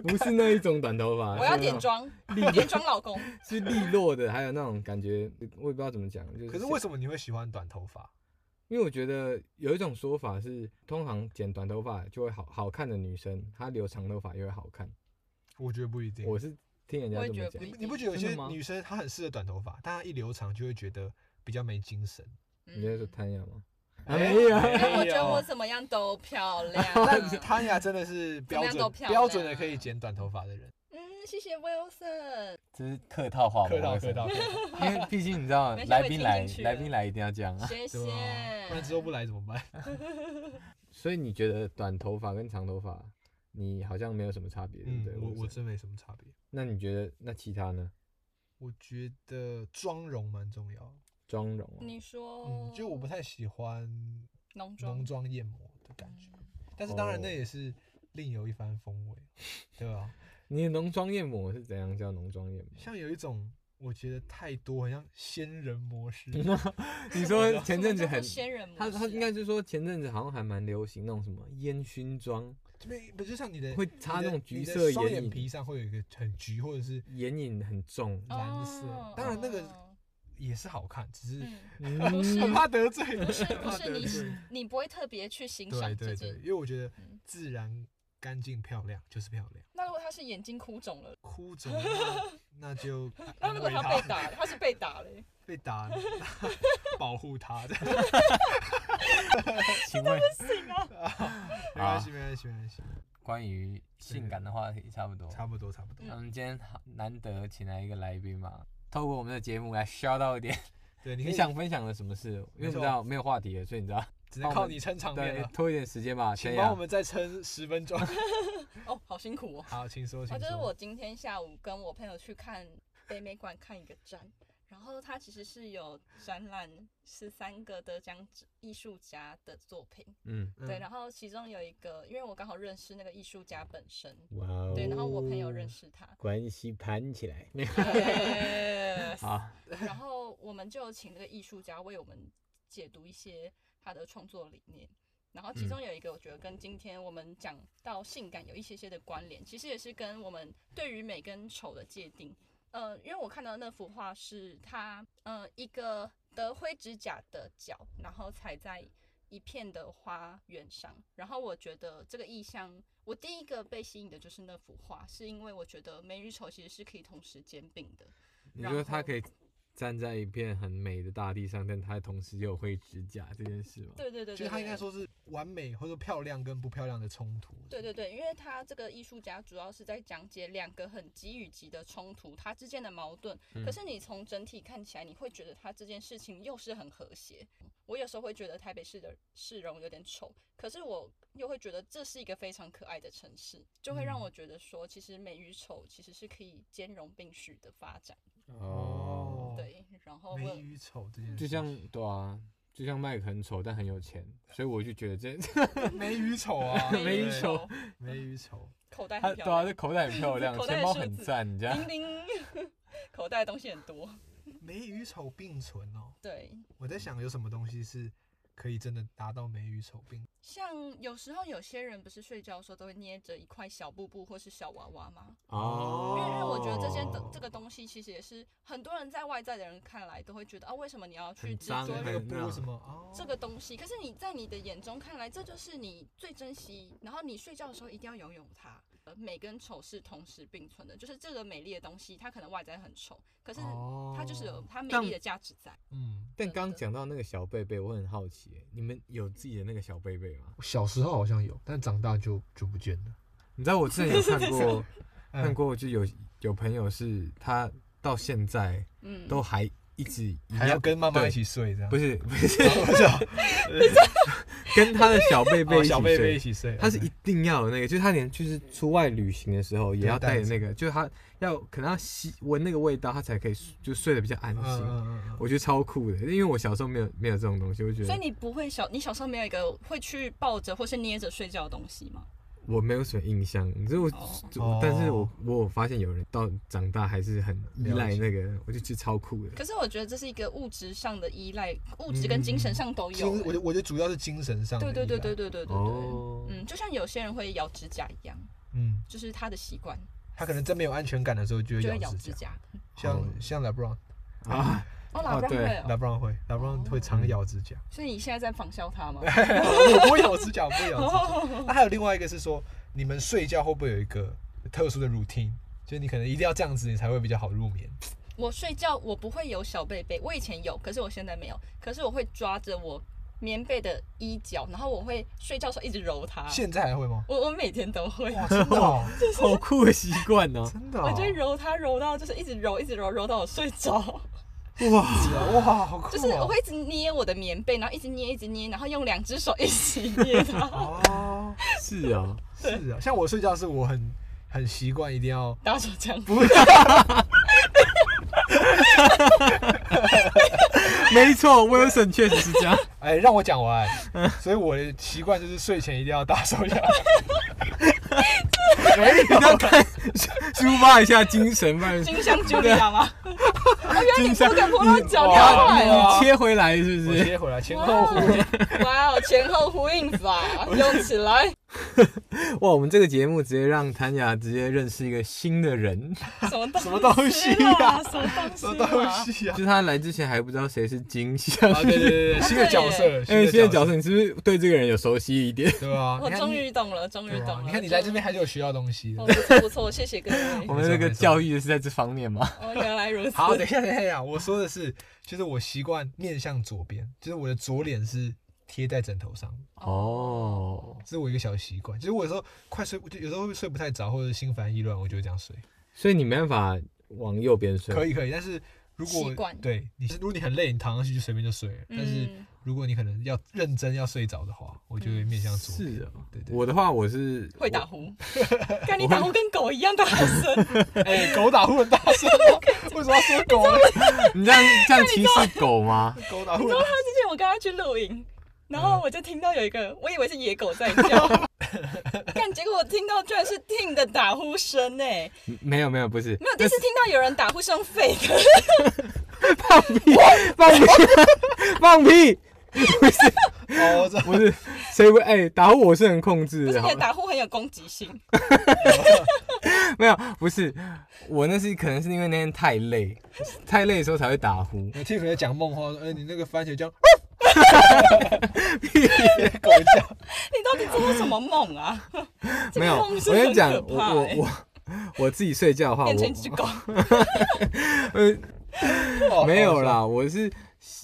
[SPEAKER 5] 不是那一种短头发，
[SPEAKER 1] 我要
[SPEAKER 5] 是啊那
[SPEAKER 1] 点
[SPEAKER 5] 种
[SPEAKER 1] 妆，点妆老公，
[SPEAKER 5] 是利落的，还有那种感觉，我也不知道怎么讲，就是
[SPEAKER 4] 可是为什么你会喜欢短头发？
[SPEAKER 5] 因为我觉得有一种说法是，通常剪短头发就会好好看的女生，她留长头发也会好看。
[SPEAKER 4] 我觉得不一定。
[SPEAKER 5] 我是听人家
[SPEAKER 1] 我也
[SPEAKER 5] 这
[SPEAKER 1] 觉
[SPEAKER 5] 么
[SPEAKER 1] 得不
[SPEAKER 5] 讲
[SPEAKER 1] 一，定。
[SPEAKER 4] 你不觉得有些
[SPEAKER 5] 真的吗
[SPEAKER 4] 女生她很适合短头发，但她一留长就会觉得比较没精神？
[SPEAKER 5] 你觉得
[SPEAKER 1] 嗯
[SPEAKER 5] 是谭雅吗？啊，
[SPEAKER 4] 哎
[SPEAKER 5] 没有啊，
[SPEAKER 1] 我觉得我怎么样都漂亮。
[SPEAKER 4] 但汤雅真的是标
[SPEAKER 1] 怎么样都
[SPEAKER 4] 准
[SPEAKER 1] 漂亮啊
[SPEAKER 4] 标准的可以剪短头发的人，
[SPEAKER 1] 嗯，谢谢 Wilson。
[SPEAKER 5] 这哦是客套话
[SPEAKER 4] 客套客套，，客 套
[SPEAKER 5] 因为毕竟你知 道
[SPEAKER 1] 没事来宾来我也听进去了来宾
[SPEAKER 5] 来一定要啊这样。
[SPEAKER 1] 谢谢
[SPEAKER 4] 对。吧？不然之后不来怎么办？
[SPEAKER 5] 所以你觉得短头发跟长头发，你好像没有什么差别，对不
[SPEAKER 4] 嗯
[SPEAKER 5] 对？，
[SPEAKER 4] 我
[SPEAKER 5] 或者
[SPEAKER 4] 我
[SPEAKER 5] 是
[SPEAKER 4] 真没什么差别。
[SPEAKER 5] 那你觉得那其他呢？
[SPEAKER 4] 我觉得妆容蛮重要，
[SPEAKER 5] 妆容啊，
[SPEAKER 1] 你说，
[SPEAKER 4] 嗯，就我不太喜欢
[SPEAKER 1] 浓妆
[SPEAKER 4] 浓，妆艳抹的感觉，
[SPEAKER 1] 嗯
[SPEAKER 4] 但是当
[SPEAKER 5] 哦
[SPEAKER 4] 然那也是另有一番风味，对吧？
[SPEAKER 5] 你的浓妆艳抹是怎样叫浓妆艳抹？
[SPEAKER 1] 啊
[SPEAKER 4] 像有一种我觉得太多，很像仙人 模式，
[SPEAKER 5] 你说前阵
[SPEAKER 1] 什么叫
[SPEAKER 5] 子
[SPEAKER 1] 做
[SPEAKER 5] 很
[SPEAKER 1] 仙人模式
[SPEAKER 5] 他
[SPEAKER 1] 啊，
[SPEAKER 5] 他应该是说前阵子好像还蛮流行那种什么烟熏妆，
[SPEAKER 4] 没不就像你的
[SPEAKER 5] 会擦那种橘色
[SPEAKER 4] 你的你的双
[SPEAKER 5] 眼
[SPEAKER 4] 眼
[SPEAKER 5] 影，
[SPEAKER 4] 皮上会有一个很橘，或者是
[SPEAKER 5] 眼影很重。
[SPEAKER 4] 蓝色
[SPEAKER 1] 哦
[SPEAKER 4] 当然那个
[SPEAKER 1] 哦
[SPEAKER 4] 也是好看，只是
[SPEAKER 1] 嗯，
[SPEAKER 5] 嗯，
[SPEAKER 1] 不是
[SPEAKER 4] 很怕得罪，
[SPEAKER 1] 不 是
[SPEAKER 4] 很
[SPEAKER 1] 不
[SPEAKER 4] 怕
[SPEAKER 1] 是
[SPEAKER 4] 得罪。
[SPEAKER 1] 你你不会特别去欣
[SPEAKER 4] 对
[SPEAKER 1] 赏这
[SPEAKER 4] 对对，
[SPEAKER 1] 件。
[SPEAKER 4] 因为我觉得
[SPEAKER 1] 嗯
[SPEAKER 4] 自然、干净、漂亮就是漂亮。
[SPEAKER 1] 那如果他是眼睛哭肿了，
[SPEAKER 4] 哭 着那那就
[SPEAKER 1] 那
[SPEAKER 4] 安
[SPEAKER 1] 如果
[SPEAKER 4] 慰
[SPEAKER 1] 他被打，他是被打嘞，
[SPEAKER 4] 被打， 保护他的，
[SPEAKER 5] 请问
[SPEAKER 4] 没关系没关系没关系，
[SPEAKER 5] 关于
[SPEAKER 4] 性感
[SPEAKER 5] 的话题差不多
[SPEAKER 4] 差不多差不多。
[SPEAKER 5] 嗯我们今天难得请来一个来宾嘛，透过我们的节目来 shout 到一点，
[SPEAKER 4] 对，你 可
[SPEAKER 5] 你
[SPEAKER 4] 以
[SPEAKER 5] 想分享的什么事？因为
[SPEAKER 4] 没
[SPEAKER 5] 我
[SPEAKER 4] 错
[SPEAKER 5] 知道没有话题了，所以你知道，
[SPEAKER 4] 只能靠你撑场面
[SPEAKER 5] 对，
[SPEAKER 4] 了，
[SPEAKER 5] 拖一点时间吧。
[SPEAKER 4] 请
[SPEAKER 5] 陈
[SPEAKER 4] 帮
[SPEAKER 5] 雅
[SPEAKER 4] 我们再撑十分钟。
[SPEAKER 1] 哦，好辛苦哦。
[SPEAKER 4] 好，请说，
[SPEAKER 1] 哦，
[SPEAKER 4] 请
[SPEAKER 1] 就是
[SPEAKER 4] 说。
[SPEAKER 1] 我今天下午跟我朋友去看北美馆看一个展， 然后它其实是有展览十三个得奖艺术家的作品，
[SPEAKER 5] 嗯，，
[SPEAKER 1] 对，然后其中有一个，因为我刚好认识那个艺术家本身，对，然后我朋友认识他
[SPEAKER 5] 哦关系盘起来，
[SPEAKER 1] Yes
[SPEAKER 5] 好，
[SPEAKER 1] 然后我们就请这个艺术家为我们解读一些他的创作理念。然后
[SPEAKER 4] 嗯
[SPEAKER 1] 其中有一个，我觉得跟今天我们讲到性感有一些些的关联，其实也是跟我们对于美跟丑的界定。呃，因为我看到那幅画是他，呃，一个德灰指甲的脚，然后踩在一片的花园上。然后我觉得这个意象，我第一个被吸引的就是那幅画，是因为我觉得美与丑其实是可以同时兼并的。
[SPEAKER 5] 你说他
[SPEAKER 1] 然后
[SPEAKER 5] 可以站在一片很美的大地上，但他同时又会指甲这件事吗？
[SPEAKER 1] 对对对对，
[SPEAKER 4] 就是他应
[SPEAKER 1] 对
[SPEAKER 4] 该说是完美或者说漂亮跟不漂亮的冲突。
[SPEAKER 1] 对对对，因为他这个艺术家主要是在讲解两个很急与急的冲突，它之间的矛盾。
[SPEAKER 5] 嗯
[SPEAKER 1] 可是你从整体看起来，你会觉得他这件事情又是很和谐。我有时候会觉得台北市的市容有点丑，可是我又会觉得这是一个非常可爱的城市，就会
[SPEAKER 5] 嗯
[SPEAKER 1] 让我觉得说，其实美与丑其实是可以兼容并蓄的发展。
[SPEAKER 5] 哦，
[SPEAKER 1] 对，然后
[SPEAKER 4] 美
[SPEAKER 1] 我
[SPEAKER 4] 与丑这件事，
[SPEAKER 5] 就 像对啊，就像麦克很丑但很有钱， 所以我就觉得这
[SPEAKER 4] 美与丑 啊，
[SPEAKER 5] 美与丑
[SPEAKER 1] 手
[SPEAKER 4] 美与丑，
[SPEAKER 1] 口袋
[SPEAKER 5] 他
[SPEAKER 1] 很
[SPEAKER 5] 对
[SPEAKER 1] 漂
[SPEAKER 5] 啊，
[SPEAKER 1] 亮，
[SPEAKER 5] 这口袋很漂亮，
[SPEAKER 1] 口袋
[SPEAKER 5] 钱
[SPEAKER 1] 的
[SPEAKER 5] 包
[SPEAKER 1] 数
[SPEAKER 5] 很
[SPEAKER 1] 字
[SPEAKER 5] 赞，你这样
[SPEAKER 1] 叮叮， 口袋的东西很多。
[SPEAKER 4] 美与丑并存哦。
[SPEAKER 1] 对，
[SPEAKER 4] 我在想有什么东西是可以真的达到美与丑并
[SPEAKER 1] 像有时候有些人不是睡觉的时候都会捏着一块小布布或是小娃娃吗？因
[SPEAKER 5] 哦
[SPEAKER 1] 为因为我觉得这些的这个东西其实也是很多人在外在的人看来都会觉得啊，为什么你要去
[SPEAKER 5] 很
[SPEAKER 1] 执
[SPEAKER 5] 脏欸
[SPEAKER 1] 着
[SPEAKER 5] 很
[SPEAKER 1] 于
[SPEAKER 4] 这个
[SPEAKER 5] 那
[SPEAKER 4] 波什么哦，
[SPEAKER 1] 这个东西，可是你在你的眼中看来，这就是你最珍惜，然后你睡觉的时候一定要拥有它。呃，美跟丑是同时并存的，就是这个美丽的东西，它可能外在很丑，可是
[SPEAKER 5] 哦
[SPEAKER 1] 它就是有它美丽的价值在。
[SPEAKER 4] 嗯，
[SPEAKER 5] 但刚刚讲到那个小贝贝，我很好奇耶，你们有自己的那个小贝贝吗？
[SPEAKER 4] 我小时候好像有，但长大就就不见了。
[SPEAKER 5] 你知道我之前有看过，
[SPEAKER 4] 嗯
[SPEAKER 5] 看过就有有朋友是他到现在
[SPEAKER 1] 嗯，
[SPEAKER 5] 都还一直一
[SPEAKER 4] 还要
[SPEAKER 5] 样
[SPEAKER 4] 跟妈妈
[SPEAKER 5] 对
[SPEAKER 4] 一起睡这样，
[SPEAKER 5] 不
[SPEAKER 4] 是
[SPEAKER 5] 是不是
[SPEAKER 4] 不是啊，
[SPEAKER 5] 跟他的小贝贝
[SPEAKER 4] 哦
[SPEAKER 5] 一起
[SPEAKER 4] 小贝贝
[SPEAKER 5] 睡
[SPEAKER 4] 一起睡，
[SPEAKER 5] 他是一定要有那个，就是他连就是出外旅行的时候也要带着那个，就是他要可能要吸闻那个味道，他才可以就睡得比较安
[SPEAKER 4] 嗯
[SPEAKER 5] 心。
[SPEAKER 4] 嗯嗯
[SPEAKER 5] 我觉得超酷的，因为我小时候没有没有这种东西，我觉
[SPEAKER 1] 所以
[SPEAKER 5] 得
[SPEAKER 1] 你不会小，你小时候没有一个会去抱着或是捏着睡觉的东西吗？
[SPEAKER 5] 我没有什么印象。只是我，
[SPEAKER 4] 哦
[SPEAKER 5] 但是我我有发现有人到长大还是很依赖
[SPEAKER 4] 了解
[SPEAKER 5] 那个，我就觉得超酷的。
[SPEAKER 1] 可是我觉得这是一个物质上的依赖，物质跟精神上都
[SPEAKER 4] 嗯
[SPEAKER 1] 有、
[SPEAKER 4] 精，我
[SPEAKER 1] 欸
[SPEAKER 4] 觉我觉得主要是精神上的
[SPEAKER 1] 对
[SPEAKER 4] 依
[SPEAKER 1] 对
[SPEAKER 4] 赖，
[SPEAKER 1] 对对对对对对，
[SPEAKER 5] 哦
[SPEAKER 1] 嗯，就像有些人会咬指甲一样，
[SPEAKER 4] 嗯，
[SPEAKER 1] 就是他的习惯，
[SPEAKER 4] 他可能真没有安全感的时候就会
[SPEAKER 1] 就会咬
[SPEAKER 4] 咬
[SPEAKER 1] 指
[SPEAKER 4] 指甲，
[SPEAKER 1] 甲。
[SPEAKER 4] 像像 LeBron，LeBron
[SPEAKER 5] 啊，
[SPEAKER 1] 哦，老公
[SPEAKER 5] 对
[SPEAKER 1] 会哦，
[SPEAKER 4] 会，LeBron 会常咬指甲。
[SPEAKER 1] 所以你现在在仿效 他吗？哦
[SPEAKER 4] 我不会咬指甲，我不会咬 指甲。那还有另外一个是说，你们睡觉会不会有一个特殊的 routine？就是你可能一定要这样子，你才会比较好入眠。
[SPEAKER 1] 我睡觉我不会有小贝贝，我以前有，可是我现在没有。可是我会抓着我棉被的衣角，然后我会睡觉的时候一直揉它。
[SPEAKER 4] 现在还会吗？
[SPEAKER 1] 我我每天都会，
[SPEAKER 4] 哇， 真的哦，
[SPEAKER 5] 好酷的习惯哦！
[SPEAKER 4] 真的哦，
[SPEAKER 1] 我就会揉它，揉到就是一直揉，一直揉，揉到我睡着。
[SPEAKER 4] 是啊哇，好酷哦！
[SPEAKER 1] 就是我会一直捏我的棉被，然后一直捏，一直捏，然后用两只手一起捏它，
[SPEAKER 4] 哦，
[SPEAKER 5] 是啊、
[SPEAKER 4] 是啊，像我睡觉是我很很习惯，一定要
[SPEAKER 1] 打手枪。
[SPEAKER 5] 没错，Wilson 确实是这 样。
[SPEAKER 4] 哎，让我讲完。 所以我的习惯就是睡前一定要打手枪。 没有，
[SPEAKER 5] 抒发一下精神，不然
[SPEAKER 1] 金像茱莉亚 吗？我原来你
[SPEAKER 5] 金像
[SPEAKER 1] 不敢碰到脚，
[SPEAKER 4] 哇
[SPEAKER 1] 你好坏哦！
[SPEAKER 5] 你切回来是不
[SPEAKER 4] 我
[SPEAKER 5] 是？
[SPEAKER 4] 接回来前
[SPEAKER 1] 哇
[SPEAKER 4] 后呼应。
[SPEAKER 1] 哦，哇哦，前后呼应法用起 来，
[SPEAKER 5] 哇，我们这个节目直接让谭雅直接认识一个新的人，
[SPEAKER 1] 什么东
[SPEAKER 4] 什么东西啊
[SPEAKER 1] 啊？什么东西
[SPEAKER 4] 什
[SPEAKER 1] 啊？
[SPEAKER 4] 么东西啊
[SPEAKER 5] 就？是他来之前还不知道谁是金像。
[SPEAKER 4] 啊，对对对 对，新的角色，
[SPEAKER 5] 哎，新的角
[SPEAKER 4] 色
[SPEAKER 5] 色，，你是不是对这个人有熟悉一点？
[SPEAKER 4] 对吧？
[SPEAKER 1] 我
[SPEAKER 4] 你看
[SPEAKER 1] 终
[SPEAKER 4] 你
[SPEAKER 1] 于懂了，终于
[SPEAKER 4] 对
[SPEAKER 1] 懂
[SPEAKER 4] 啊
[SPEAKER 1] 了。
[SPEAKER 4] 你看你来这边还是有学到东西的
[SPEAKER 1] 哦，。不错不错，谢谢 各位
[SPEAKER 5] 我。们这个教育是在这方面吗？
[SPEAKER 1] 哦，原来如此。
[SPEAKER 4] 好，等一下，等一下，我说的是，就是我习惯面向左边，就是我的左脸是贴在枕头上，
[SPEAKER 5] 哦，
[SPEAKER 4] 这是我一个小习惯。就是我有时候快睡，就有时候会睡不太着，或者心烦意乱，我就会这样睡。
[SPEAKER 5] 所以你没办法往右边睡。
[SPEAKER 4] 可
[SPEAKER 5] 以。
[SPEAKER 4] 以，可以，但是如
[SPEAKER 1] 习
[SPEAKER 4] 果
[SPEAKER 1] 惯
[SPEAKER 4] 对你，如果你很累，你躺上去就随便就睡了。但是
[SPEAKER 1] 嗯，
[SPEAKER 4] 如果你可能要认真要睡着的话，我就会面向左边。
[SPEAKER 5] 是啊，
[SPEAKER 4] 对对，
[SPEAKER 5] 我的话我 是
[SPEAKER 1] 会打呼， 看你打呼跟狗一样大声，
[SPEAKER 4] 哎，狗打呼很大声 哦，为什么要说狗呢？
[SPEAKER 5] 我你这样这样歧视狗吗？
[SPEAKER 4] 狗打呼
[SPEAKER 1] 你知道
[SPEAKER 4] 很大
[SPEAKER 1] 他之前我跟他去露营，然
[SPEAKER 5] 嗯
[SPEAKER 1] 后我就听到有一个，我以为是野狗在 叫，但结果我听到居然是 Tim 的打呼声呢。欸
[SPEAKER 5] 没有没有，不是，
[SPEAKER 1] 没有，第一次听到有人打呼声废的，
[SPEAKER 5] 放屁放屁放屁，
[SPEAKER 4] 声哦，我知道
[SPEAKER 5] 不是谁会哎打呼我是啊能控制
[SPEAKER 1] 不是
[SPEAKER 5] 的，
[SPEAKER 1] 你
[SPEAKER 5] 好
[SPEAKER 1] 的
[SPEAKER 5] 吧
[SPEAKER 1] 打呼很有攻击性。
[SPEAKER 5] 没有，不是，我那是可能是因为那天太累，太累的时候才会打呼。
[SPEAKER 4] 我听人家讲梦话说，哎、你那个番茄酱，狗叫，
[SPEAKER 1] 你到底做了什么梦 啊？这个
[SPEAKER 5] 没有，
[SPEAKER 1] 梦是
[SPEAKER 5] 我跟
[SPEAKER 1] 很
[SPEAKER 5] 你讲
[SPEAKER 1] 可，
[SPEAKER 5] 我
[SPEAKER 1] 怕
[SPEAKER 5] 我
[SPEAKER 1] 欸
[SPEAKER 5] 我我自己睡觉的话，
[SPEAKER 1] 变成一只
[SPEAKER 5] 我
[SPEAKER 1] 狗，
[SPEAKER 5] 呃
[SPEAKER 4] 哦
[SPEAKER 5] 没有，啦，我是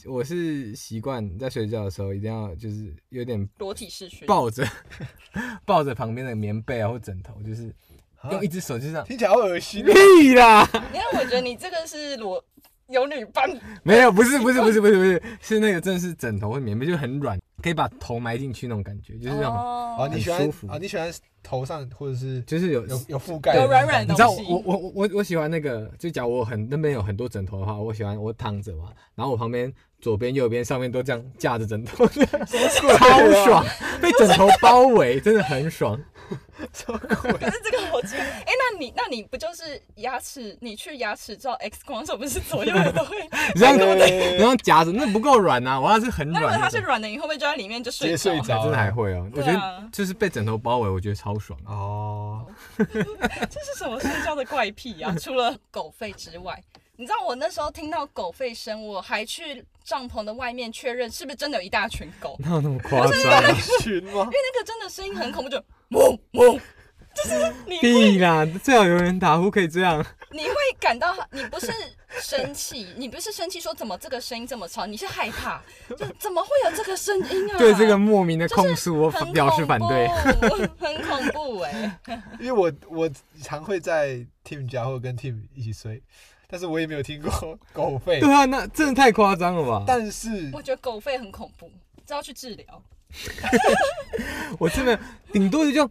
[SPEAKER 5] 我是习惯在睡觉的时候一定要就是有点
[SPEAKER 1] 裸体视讯。
[SPEAKER 5] 抱着 抱着旁边的棉被啊或枕头，就是
[SPEAKER 4] 好笑
[SPEAKER 5] 用一只手就这样。
[SPEAKER 4] 听起来好恶心哦。
[SPEAKER 5] 啊 屁啦！
[SPEAKER 1] 你看，我觉得你这个是裸有女伴，
[SPEAKER 5] 没有，不是，不是，不是，不是，不是，是那个真的是枕头或棉被，就很软，可以把头埋进去那种感觉，就是那种，
[SPEAKER 4] 啊，
[SPEAKER 1] 哦，
[SPEAKER 4] 你喜
[SPEAKER 5] 很
[SPEAKER 4] 欢
[SPEAKER 5] 舒服
[SPEAKER 4] 啊？你喜欢头上或者是
[SPEAKER 5] 就是有
[SPEAKER 4] 有有覆盖
[SPEAKER 1] 有
[SPEAKER 4] 的
[SPEAKER 1] 软软的
[SPEAKER 4] 那种感觉，
[SPEAKER 5] 你知道
[SPEAKER 1] 东西
[SPEAKER 5] 我我我我我喜欢那个，就假如我很那边有很多枕头的话，我喜欢我躺着嘛，然后我旁边左边右边上面都这样架
[SPEAKER 4] 啊
[SPEAKER 5] 啊 着枕头，超爽，被枕头包围真的很爽。
[SPEAKER 4] 什么鬼？
[SPEAKER 1] 可是这个我记，哎、那你那你不就是牙齿？你去牙齿照 X 光的时候，不 是左右都会？
[SPEAKER 5] 你这样
[SPEAKER 4] 对对对
[SPEAKER 5] 你这样夹着，那不够软啊呐、我要是很
[SPEAKER 1] 那如果
[SPEAKER 5] 软
[SPEAKER 1] 它
[SPEAKER 5] 那
[SPEAKER 1] 是
[SPEAKER 5] 种，
[SPEAKER 1] 软的，你会不会就在里面就睡
[SPEAKER 4] 直接睡着
[SPEAKER 5] 真的还会哦、我
[SPEAKER 1] 对
[SPEAKER 5] 觉
[SPEAKER 1] 啊
[SPEAKER 5] 得就是被枕头包围，我觉得超爽啊。
[SPEAKER 4] 哦，
[SPEAKER 1] 这是什么睡觉的怪癖呀、 除了狗吠之外，你知道我那时候听到狗吠声，我还去帐篷的外面确认是不是真的有一大群狗，因
[SPEAKER 5] 哪有 那么夸张？啊
[SPEAKER 4] 群吗？
[SPEAKER 1] 为那个真的声音很恐怖， 就嗡嗡，就是你会
[SPEAKER 5] 屁啦！最好有人打呼可以这样。
[SPEAKER 1] 你会感到你不是生气，你不是生气说怎么这个声音这么吵，你是害怕，就怎么会有这个声音啊？
[SPEAKER 5] 对这个莫名的控诉，我
[SPEAKER 1] 很
[SPEAKER 5] 表示反对。
[SPEAKER 1] 恐怖，很恐怖哎、
[SPEAKER 4] 因为我我常会在 Tim 家或者跟 Tim 一起睡，但是我也没有听过狗吠。
[SPEAKER 5] 对啊，那真的太夸张了吧？
[SPEAKER 4] 但是
[SPEAKER 1] 我觉得狗吠很恐怖，这要去治疗。
[SPEAKER 5] 我真的顶多就这样，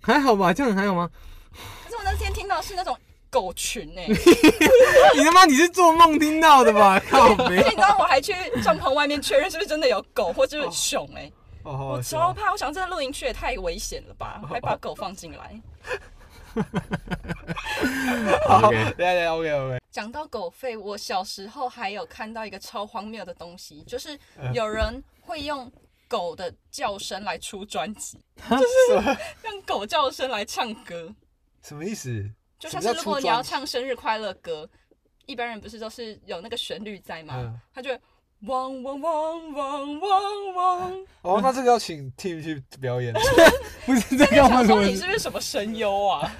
[SPEAKER 5] 还好吧？这样还好吗？
[SPEAKER 1] 可是我那天听到是那种狗群哎、
[SPEAKER 5] 你他妈你是做梦听到的吧？靠
[SPEAKER 1] 而
[SPEAKER 5] 北
[SPEAKER 1] 且你知道，我还去帐篷外面确认是不是真的有狗或者是熊哎、
[SPEAKER 4] 哦，好
[SPEAKER 1] 我
[SPEAKER 4] 好
[SPEAKER 1] 超
[SPEAKER 4] 笑，
[SPEAKER 1] 怕，我想这露营区也太危险了吧，还把狗放进
[SPEAKER 4] 哦
[SPEAKER 1] 来。
[SPEAKER 5] ，OK，
[SPEAKER 4] 对对 OK OK，
[SPEAKER 1] 讲到狗吠，我小时候还有看到一个超荒谬的东西，就是有人会用狗的叫声来出专辑，就是用狗叫声来唱歌。
[SPEAKER 4] 什么意思？
[SPEAKER 1] 就
[SPEAKER 4] 什
[SPEAKER 1] 像是
[SPEAKER 4] 么叫
[SPEAKER 1] 如
[SPEAKER 4] 出
[SPEAKER 1] 果你
[SPEAKER 4] 专
[SPEAKER 1] 要
[SPEAKER 4] 辑
[SPEAKER 1] 唱生日快乐歌，一般人不是都是有那个旋律在吗？
[SPEAKER 4] 嗯
[SPEAKER 1] 他就会汪汪汪汪汪汪。
[SPEAKER 4] 哦，那这个要请 Tim 去表演了。
[SPEAKER 5] 不是这干嘛
[SPEAKER 1] 想
[SPEAKER 5] 什么
[SPEAKER 1] 说？你是不是什么声优啊？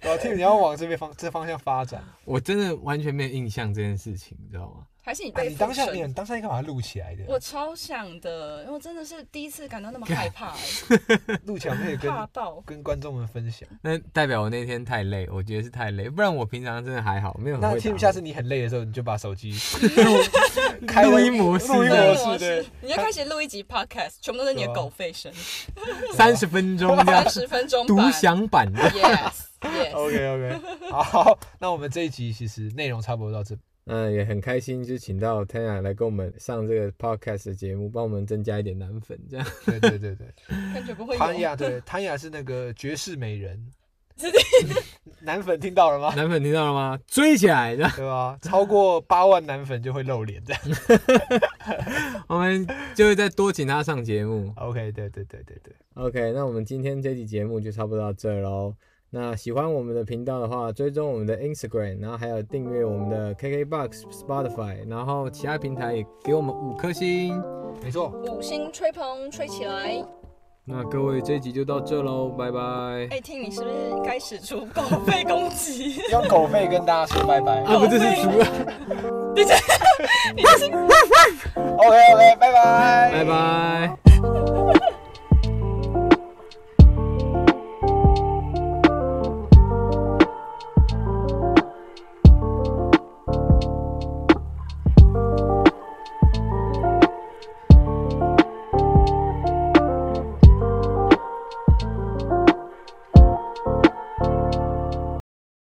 [SPEAKER 4] 然后 Tim 你要往这边方这方向发展。啊
[SPEAKER 5] 我真的完全没有印象这件事情，你知道吗？
[SPEAKER 1] 还是你
[SPEAKER 4] 哎，
[SPEAKER 1] 被
[SPEAKER 4] 你
[SPEAKER 1] 附
[SPEAKER 4] 当下
[SPEAKER 1] 身
[SPEAKER 4] 你很当下应该把它录起来的。
[SPEAKER 1] 我超想的，因为我真的是第一次感到那么害 怕、欸，
[SPEAKER 4] 录起来我们可以
[SPEAKER 1] 怕
[SPEAKER 4] 跟
[SPEAKER 1] 爆。
[SPEAKER 4] 跟观众们分享。
[SPEAKER 5] 那代表我那天太累，我觉得是太累，不然我平常真的还好，没有很
[SPEAKER 4] 那
[SPEAKER 5] 会打
[SPEAKER 4] Tim
[SPEAKER 5] 呼
[SPEAKER 4] 下次你很累的时候，你就把手机录开
[SPEAKER 5] 录音模式
[SPEAKER 4] 录音
[SPEAKER 1] 录
[SPEAKER 4] 模
[SPEAKER 1] 音模
[SPEAKER 4] 式对
[SPEAKER 1] 式，。你就开始录一集 podcast，全部都是你的
[SPEAKER 4] 对啊啊
[SPEAKER 1] 狗吠声，
[SPEAKER 5] 三十分钟这样
[SPEAKER 1] 三十分钟
[SPEAKER 5] 独
[SPEAKER 1] 版。
[SPEAKER 5] 享版的。
[SPEAKER 1] Yes Yes，
[SPEAKER 4] OK OK，好，那我们这一集其实内容差不多到这。
[SPEAKER 5] 嗯，也很开心，就请到 Tanya 来跟我们上这个 podcast 的节目，帮我们增加一点男粉， 这样
[SPEAKER 4] 对对对对。
[SPEAKER 1] 感觉不会
[SPEAKER 4] 谭
[SPEAKER 1] 有。
[SPEAKER 4] 雅对，谭雅是那个绝世美人， 男粉听到了吗？
[SPEAKER 5] 男粉听到了吗？追起来，这 样
[SPEAKER 4] 对吧？超过八万男粉就会露脸的。
[SPEAKER 5] 我们就会再多请他上节目。
[SPEAKER 4] OK，对对对对对，
[SPEAKER 5] OK，那我们今天这期节目就差不多到这喽。那喜欢我们的频道的话，追踪我们的 Instagram，然后还有订阅我们的 KKBox、Spotify，然后其他平台也给我们五颗星。
[SPEAKER 4] 没错，
[SPEAKER 1] 五星吹捧吹起来。
[SPEAKER 5] 那各位这一集就到这喽，拜拜。
[SPEAKER 1] 哎、听你是不是该使出狗吠攻击？
[SPEAKER 4] 用狗吠跟大家说 拜拜。
[SPEAKER 1] 哦
[SPEAKER 5] 啊，不，这是猪，
[SPEAKER 4] 啊 OK OK，拜拜，
[SPEAKER 5] 拜。拜。